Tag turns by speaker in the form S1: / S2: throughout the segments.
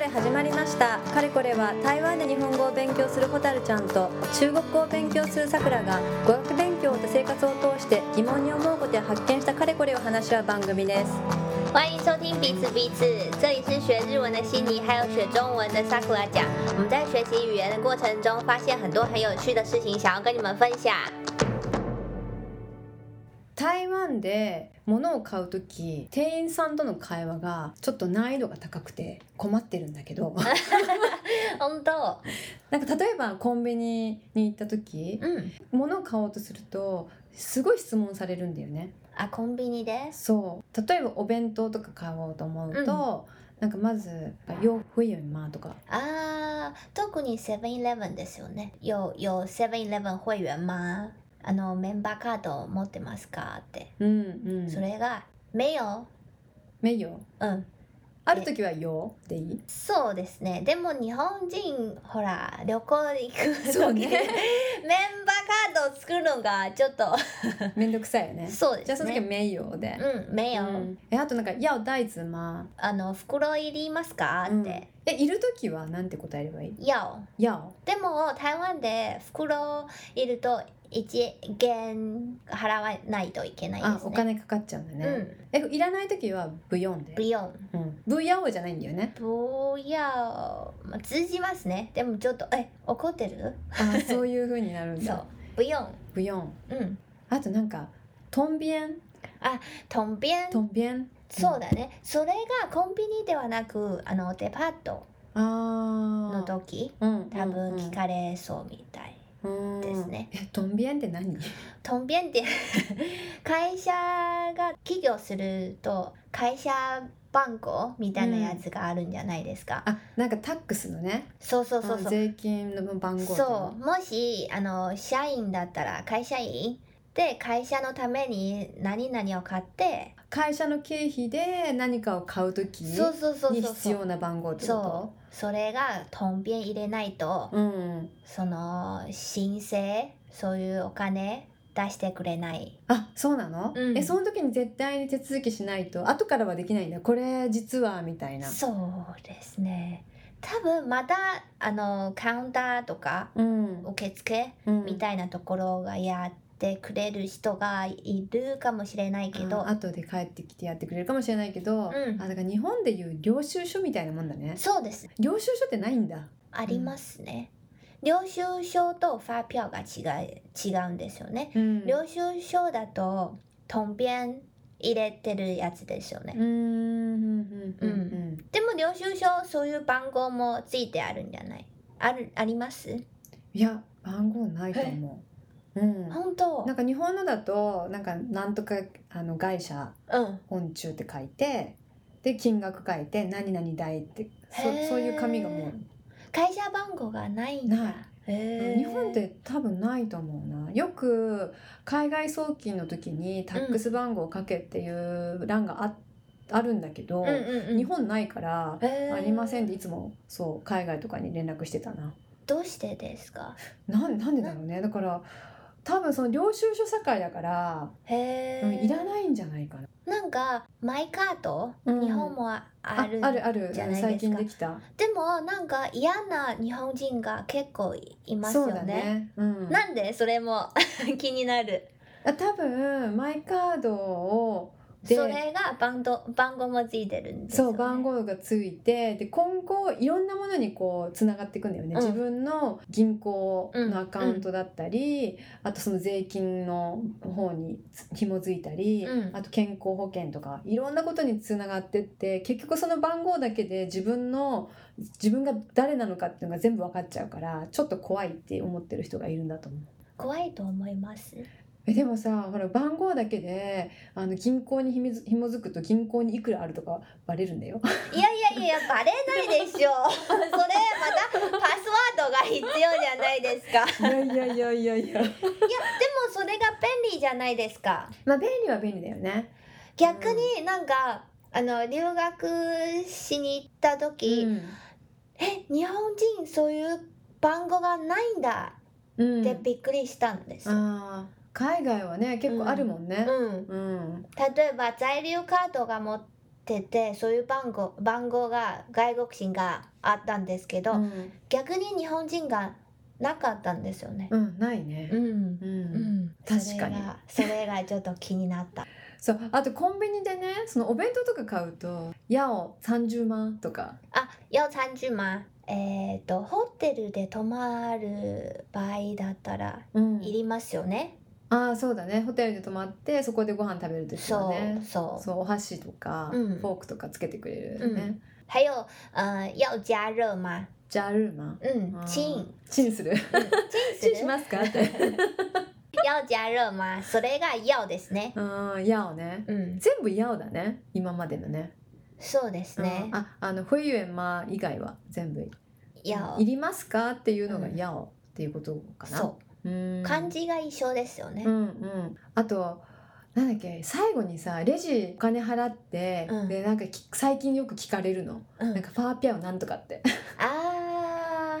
S1: したかれこれは台湾で日本語を勉強するホタルちゃんと中国語を勉強するさくらが語学勉強と生活を通して疑問に思うことや発見したかれこれを話し合う番組です
S2: 欢迎收听彼此彼此，这里是学日文的悉尼，还有学中文的 Sakura 讲。我们在学习语言的过程中，发现很多很有趣的事情，想要跟你们分享。
S3: 台湾で物を買う時店員さんとの会話がちょっと難易度が高くて困ってるんだけ ど
S2: 本当，
S3: なんか例えばコンビニに行った時
S2: 嗯，
S3: 物を買おうとするとすごい質問されるんだよね。
S2: あ啊コンビニです。
S3: そう例えばお弁当とか買おうと思うと、なんかまず「洋服いいよ今」とか
S2: あー、啊特にセブンイレブンですよね。有有セブンイレブン会員吗？あのメンバーカードを持ってますかって。
S3: 「うんうん」
S2: それが没有。
S3: 「名誉
S2: うん。」
S3: ある時は「よ」でいい
S2: そうですね。でも日本人ほら旅行行く
S3: そう
S2: 時、
S3: ね
S2: ね、メンバーカードを作るのがちょっと
S3: めんどくさいよね。
S2: そう
S3: じゃ
S2: で
S3: あそ
S2: す
S3: の時は
S2: ね。
S3: 「名誉」で。
S2: うん、メヨ、
S3: うんえあとなんか「やお大豆ま」
S2: あの袋入りますか
S3: うん
S2: って、
S3: えいる時はなんて答えればいい
S2: やお。
S3: やお
S2: でも台湾で袋いると1元払わないといけないですね
S3: あ。お金かかっちゃうんだね、
S2: うん。
S3: えいらない時はブヨンで
S2: 不用。
S3: うん、ブヤオじゃないんだよね
S2: 不要。まあ通じますね。でもちょっとえ怒ってる？
S3: あそういう風になるん
S2: そ
S3: だ
S2: う。不用。
S3: ブヨン
S2: うん。
S3: あとなんかトンビエン
S2: トンビン。
S3: トンビエン
S2: そうだね。それがコンビニではなく、あのデパート
S3: あー
S2: の時、
S3: うん
S2: 多分聞
S3: い
S2: かれそうみたい。ですね
S3: えトンビエンって何
S2: トンビンって 会社が起業すると会社番号みたいなやつがあるんじゃないですか。
S3: あなんかタックスのね
S2: そうそうそう
S3: あ
S2: そう。
S3: 税金の番号
S2: そう。もしあの社員だったら会社員で会社のために何々を買って、
S3: う会社の経費で何かを買う時
S2: そうそうそう
S3: に
S2: そう
S3: 必
S2: そう。
S3: 要な番号ってこと
S2: そう。それがトンビン入れないと。
S3: うんうん
S2: その申請そういうお金出してくれない
S3: あそうなの、
S2: うん
S3: えその時に絶対に手続きしないと後からはできないんだこれ実はみたいな
S2: そうですね多分またあのカウンターとか
S3: うん、
S2: 受付
S3: うん
S2: みたいなところがやってくれる人がいるかもしれないけど、
S3: あ後で帰ってきてやってくれるかもしれないけど、
S2: うん
S3: あだから日本でいう領収書みたいなもんだね
S2: そうです
S3: 領収書ってないんだ
S2: ありますね、領収書とファーピョが違い違うんですよね、
S3: うんう
S2: 領収書だとトンビン入れてるやつですよね、
S3: ーんうんうんうん
S2: でも領収書そういう番号もついてあるんじゃないあるあります
S3: いや番号ないと思ううん
S2: 本当
S3: なんか日本のだとなんかなんとかあの会社
S2: うん
S3: 本中って書いてで金額書いて何々代ってそ
S2: へー
S3: そういう紙がもう
S2: 会社番号がないんだ
S3: ない
S2: へー
S3: 日本って多分ないと思うなよく海外送金の時にタックス番号を書けっていう欄があ,、あるんだけど、
S2: うんうんうん
S3: 日本ないから
S2: へー
S3: ありませんっていつもそう海外とかに連絡してたな。
S2: どうしてですか
S3: なんなんでだろうねだから多分その領収書社会だから、
S2: へ
S3: うん
S2: え
S3: いらないんじゃないかな。
S2: なんかマイカート、
S3: うん
S2: 日本もあある
S3: あるある
S2: じゃないですか
S3: 最近できた。
S2: でもなんか嫌な日本人が結構いますよ
S3: そう
S2: ね
S3: だね。うん、
S2: なんでそれも 気になる
S3: あ多分マイカードをで
S2: それが番号番号もついてるんですよ、
S3: そ
S2: ね、
S3: う番号がついてで今後いろんなものにこうつながっていくんだよね、
S2: うん
S3: 自分の銀行のアカウントだったり、あとその税金の方につ紐づいたり、
S2: うん
S3: あと健康保険とかいろんなことにつながってって結局その番号だけで自分の自分が誰なのかっていうのが全部分かっちゃうからちょっと怖いって思ってる人がいるんだと思う。
S2: 怖いと思います
S3: えでもさほら番号だけであの銀行にひみず紐づくと銀行にいくらあるとかバレるんだよ。
S2: いやいやいやいやバレないでしょ それまたパスワードが必要じゃないですかでも
S3: いやいやいやいやいや。
S2: それが便利じゃないですか
S3: まあ便利は便利だよね。
S2: 逆になんか、あの留学しに行った時、え日本人そういう番号がないんだ
S3: うん
S2: ってびっくりしたんです、うん
S3: あー海外はね結構あるもんね。うん。
S2: 例えば在留カードが持っっててそういう番号番号が外国人があったんですけど、
S3: うん
S2: 逆に日本人がなかったんですよね。
S3: うん、ないね
S2: う。ん
S3: う
S2: うんん、
S3: 確かに
S2: それが それがちょっと気になった。
S3: そうあとコンビニでねそのお弁当とか買うと「やを30万」とか
S2: あ、要餐具吗？えっ、とホテルで泊まる場合だったら
S3: 「うん
S2: いりますよね。
S3: ああそうだねホテルで泊まってそこでご飯食べるときは
S2: そう、
S3: ね
S2: そう。
S3: そうお箸とか、
S2: うん
S3: フォークとかつけてくれるよね、
S2: う还有呃，要加热吗？
S3: ジャルーマン
S2: 嗯
S3: あ，ー
S2: チ
S3: チンする
S2: ン、
S3: チンしますかって
S2: 要加热吗？それが要ですね。
S3: うんやをね
S2: うん、
S3: 全部やをだね今までのね
S2: そうですね
S3: うん。ああの「ふゆえんま」以外は全部
S2: 要
S3: い、りますか?」っていうの
S2: う
S3: が「
S2: ん
S3: やを」っていうことかな、
S2: そうう、
S3: ん
S2: 漢字が一緒ですよね
S3: う。んうん、あとなんだっけ最後にさレジお金払って、
S2: うん
S3: でなんかき最近よく聞かれるの、
S2: うん
S3: なんかファーピャオなんと かって、
S2: ああ、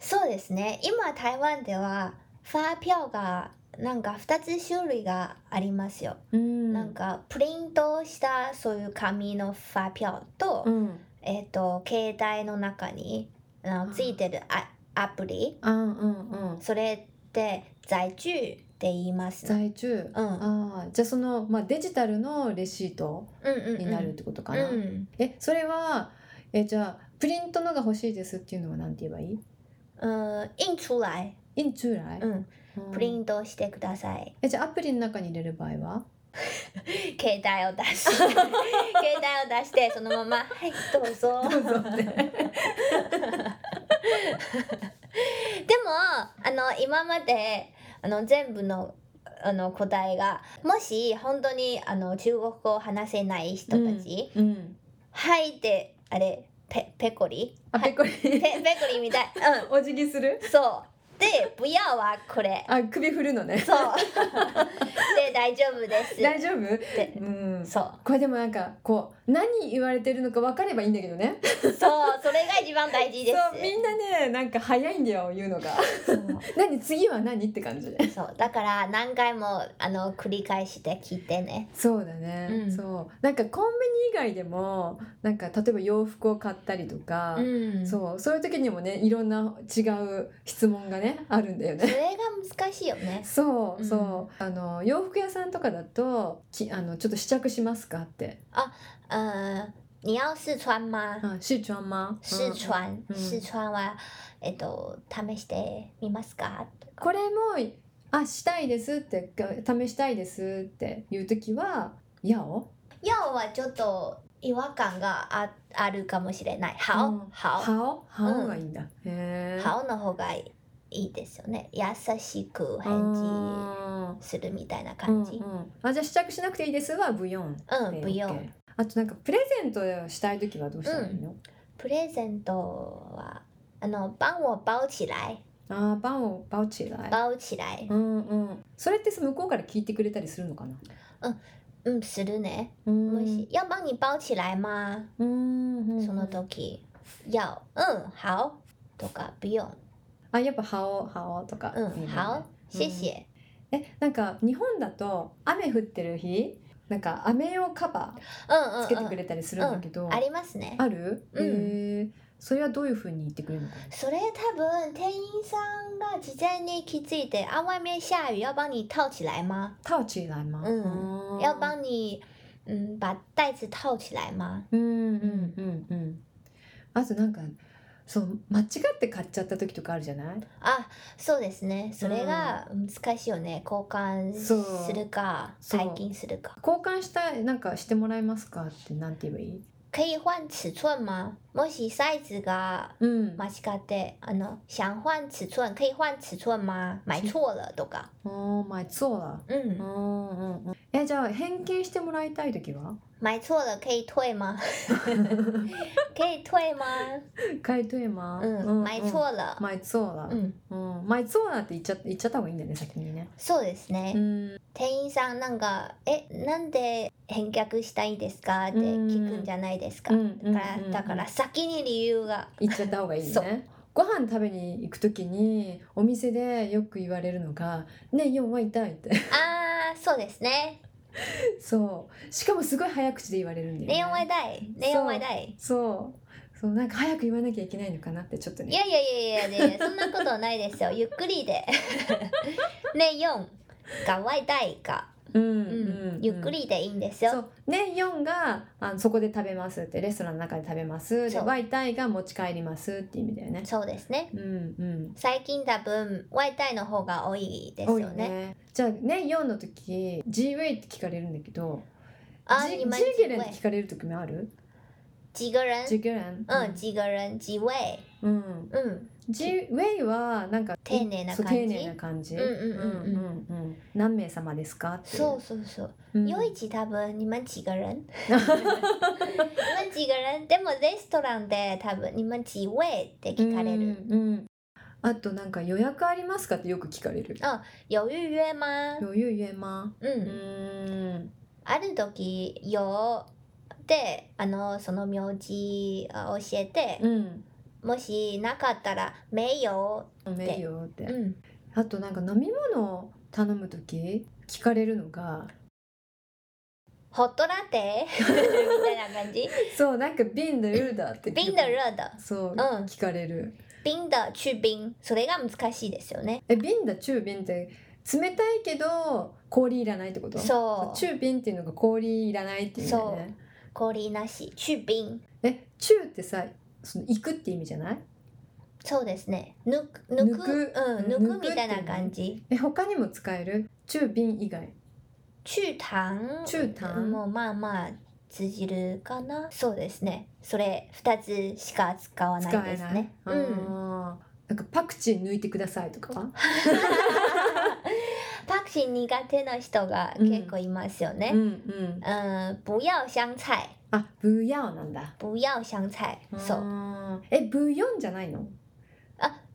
S2: そうですね。今台湾ではファーピョがなんか二つ種類がありますよ。
S3: うん
S2: なんかプリントしたそういう紙のファーピョと、
S3: うん、
S2: えっ、と携帯の中にあのついてるアアプリ、
S3: うんうんうん
S2: それって在住って言いますね。
S3: 在中、
S2: うん
S3: あーじゃあその、まあ、デジタルのレシート
S2: うんうんうん
S3: になるってことか
S2: う
S3: な、
S2: ん、
S3: えそれはえじゃあプリントのが欲しいですっていうのはなんて言えばいい
S2: うん、印出来、
S3: インチューライ、
S2: うん、
S3: うん
S2: プリントしてください。
S3: えじゃあアプリの中に入れる場合は
S2: 携帯を出 して携帯を出してそのまま「はいどう ぞ」
S3: どうぞって
S2: でもあの今まであの全部のあの答えがもし本当にあの中国語を話せない人たち
S3: うんうん
S2: 「はい」ってあれペペコ リ
S3: あペコリ
S2: ペペコリみたいう
S3: お辞儀する
S2: んそうで「不要」はこれ
S3: あ首振るのね
S2: そう で大丈夫です
S3: 大丈夫
S2: って
S3: うん
S2: そう
S3: これでもなんかこう何言われてるのか分かればいいんだけ どね
S2: そうそれが一番大事です
S3: そうみんなねなんか早いんだよ言 うのが
S2: そう
S3: 何次は何って感じ
S2: そうだから何回もあの繰り返して聞いてね。
S3: そうだね、
S2: うん
S3: そうなんかコンビニ以外でもなんか例えば洋服を買ったりとか、
S2: んそ
S3: そうそういう時にもねいろんな違う質問がねあるんだ よね。
S2: れが難しいよね。
S3: そううんそう、あの洋服屋さんとかだときあのちょっと試着しますかって
S2: うん、你要试穿吗
S3: 「？あ試穿吗
S2: 試穿
S3: う、ん
S2: 試穿はえっと試してみますか？とか
S3: これも「あしたいです」って「試したいです」っていう時は「やお
S2: 要はちょっと違和感がああるかもしれない。好、
S3: うん
S2: 好、
S3: はお」「はお」がいいんだ。へえ。
S2: 好の方がいいですよね。優しく返事
S3: あー
S2: するみたいな感じ。
S3: うんうんあじゃあ試着しなくていいですはブヨン。
S2: うん、不要。
S3: OK あとなんかプレゼントしたい時はどうしたらいいの、
S2: プレゼントはあの帮我包起来。
S3: ああーパンをパウチだい。
S2: 包起来
S3: う。んうん。それってさ向こうから聞いてくれたりするのかな。
S2: うん、するね。
S3: うん
S2: もし、要帮你包起来吗？
S3: うんうん。
S2: その時、要、うん、好とか不用、
S3: あやっぱハオハオとか。
S2: うん、好、谢谢。
S3: えなんか日本だと雨降ってる日なんか雨用カバ
S2: うんうん、
S3: ーつけてく
S2: る。
S3: れたりするんだけど、
S2: ありますね。
S3: ある？
S2: うん
S3: へーそれはどういう風に言ってくれるのかな。
S2: それ多分店員さんが事前に気づいて、あ、外面下雨，要帮你套起来吗？
S3: タウチ来吗？
S2: うん
S3: あー
S2: 要帮你，嗯，把袋子套起来吗？
S3: うんうんうんうん。あとなんかそう間違って買っちゃった時とかあるじゃない？
S2: あ、そうですね。それが難しいよね。交換
S3: そう
S2: するか、
S3: そう
S2: 退勤するか。
S3: 交換したいなんかしてもらえますかってなんて言えばいい？
S2: 可以换尺寸吗？もしサイズが
S3: うん。
S2: 間違って、あの、想换尺寸、可以换尺寸吗？买错了とか。
S3: おー、买错了。
S2: う。
S3: うんんうんうん。えじゃあ返金してもらいたい時は？
S2: 买错了可以退吗？ 可以退吗？
S3: 買い取れま。
S2: うん。买错了。
S3: 买错了
S2: う。ん。
S3: うん。买错了って言っちゃ言っちゃった方がいいんだよね先にね。
S2: そうですね。
S3: うん。
S2: 店員さんなんか、え、なんで返却したいですかって聞くんじゃないですか。
S3: うん
S2: だから、だから先に理由が。
S3: 言っちゃった方がいい
S2: そう
S3: ね。ご飯食べに行くときにお店でよく言われるのが「ねえ4は痛い」って
S2: あー、そうですね。
S3: そうしかもすごい早口で言われるんだよね
S2: 恋愛だい恋愛だい
S3: そうそうなんか早く言わなきゃいけないのかなってちょっと
S2: い
S3: ね
S2: やいやいやいやねそんなことないですよゆっくりで ね四がわいたいか、
S3: うん
S2: う
S3: うんん
S2: ゆっくりでいいんです
S3: そ
S2: よ
S3: うね4があそこで食べますってレストランの中で食べますで
S2: そう
S3: ワイタイが持ち帰りますって意味だよね
S2: そうですね
S3: うんうん
S2: 最近多分わいたいの方が多いです
S3: 多い
S2: よね
S3: じゃあね4の時 GWAY って聞かれるんだけど
S2: あ
S3: ジ
S2: 你们
S3: ジ
S2: 几
S3: ゲレンって
S2: 位
S3: 聞かれる時もある
S2: 几个人
S3: ジゲレン
S2: うん几个人几位
S3: うん
S2: うん
S3: ジウェイはなんか
S2: 丁寧な
S3: そう
S2: 感じ
S3: 丁寧な感じ。
S2: うんうんうん
S3: うんうんうん何名様ですかっていう。
S2: そうそうそう
S3: うん。
S2: 余一多分你们几个 人你们几个人でもレストランで多分你们几位って聞かれる
S3: うん。うんあとなんか予約ありますかってよく聞かれる。
S2: あ有预约吗
S3: 余裕言えま。
S2: う
S3: うんーん。
S2: ある時よであのその名字を教えて
S3: うん。
S2: もしなかったら没有
S3: めいよって。
S2: うん
S3: あとなんか飲み物を頼むとき聞かれるのが、
S2: ホットラテみたいな感じ
S3: そうなんか瓶のルーだって。
S2: 瓶のル。ード
S3: そう、
S2: ん
S3: 聞かれる。
S2: 瓶的去瓶それが難しいですよね
S3: え瓶だ中瓶って冷たいけど氷いらないってこと
S2: そう
S3: 中瓶っていうのが氷いらないっていうんだよね
S2: 氷なし去瓶
S3: え中ってさその行くって意味じゃない
S2: そうですね抜く抜く
S3: 抜く
S2: うん、抜
S3: 抜く
S2: くみたいな感じ
S3: え他にも使える中瓶以外
S2: 中痰
S3: 中痰
S2: もうまあまあ通じるかなそうですねそれ二つしか使わ
S3: 使
S2: ない
S3: え
S2: です
S3: ない
S2: ねうん
S3: あーなんかパクチー抜いてくださいとかは、
S2: パクチー苦手な人が結構いますよ
S3: うん
S2: ね。
S3: うん
S2: うん、不要香菜、
S3: あブヤオなんだ
S2: 不要香菜。そう。
S3: あーえブヨンじゃないの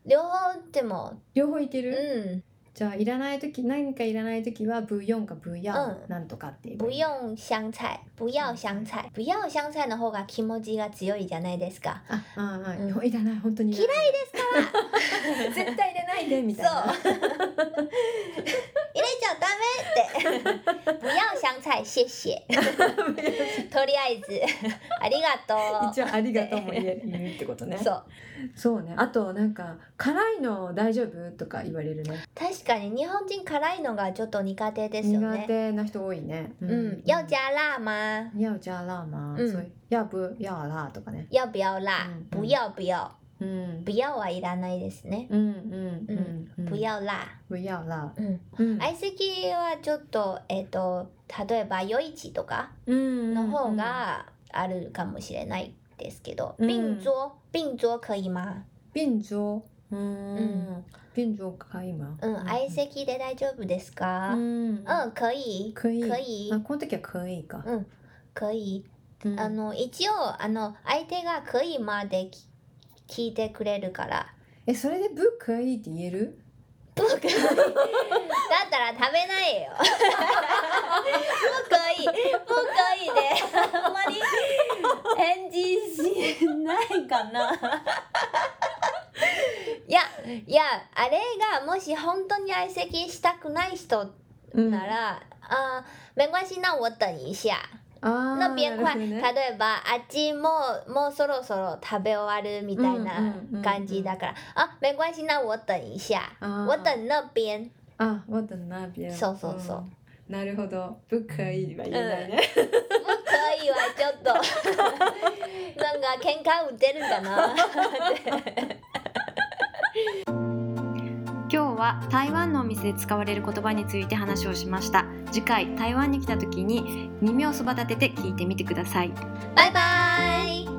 S2: 両方でも、
S3: 両方いけ
S2: う
S3: る、
S2: ん、
S3: じゃあいらない時何かいらない時はブヨンかブヤオなんとかって言えば
S2: 不
S3: いい
S2: 用香菜、不要香菜。不要香菜の方が気持ちが強いじゃないですか。
S3: あ、あ、あ、
S2: うん
S3: いらない本当に嫌いですから絶対入れないでみたいな
S2: そう。入れちゃダメって。不要香菜、谢谢。 とりあえず、ありがと
S3: 一応ありがとうも言え言うってこと
S2: う。
S3: ね
S2: そう。
S3: そうねあとなんか辛いの大丈夫とか言われるね
S2: 確かに日本人辛いのがちょっと苦手ですよ
S3: 苦
S2: ね。
S3: 手な人多いねう
S2: うん、要加辣吗？
S3: 要加辣吗
S2: うん
S3: そう要不要辣とかね
S2: 要不要辣
S3: うん？
S2: 不要不要，
S3: うん
S2: 不要はいらないですね。
S3: うんうんうんうん
S2: 不要辣。
S3: 不要辣
S2: うん。
S3: うん
S2: 相席はちょっとえっ、と例えば夜市とか
S3: うん
S2: の方があるかもしれないですけど、
S3: うん
S2: 并桌并桌可以吗？
S3: 便乗うん便乗か今
S2: うん、相席で大丈夫ですか？うん、
S3: うん
S2: 可以
S3: 可以
S2: 可以
S3: あこの時は可以か
S2: 可以。
S3: うん
S2: あの一応あの相手が可以までき聞いてくれるから。
S3: えそれでブックいいって言える
S2: 不可以。だったら食べないよ。不可以、不可以で、あんまり返事しないかな。いや、いや、あれがもし本当に相席したくない人なら、あー、没关系、那我等一下。
S3: あ
S2: 那边快、例
S3: だ
S2: えば、あっちもう、もうそろそろ食べ終わるみたいな感じだから、あ、没关系、那我等一下。我等那边。
S3: あ我等那边
S2: そうそうそうん
S3: なるほどブックいいは言えないね、
S2: もう可愛いわちょっ となんか喧嘩売ってるんかな
S1: 今日は台湾のお店で使われる言葉について話をしました次回台湾に来た時に耳をそば立てて聞いてみてください
S2: バイバイ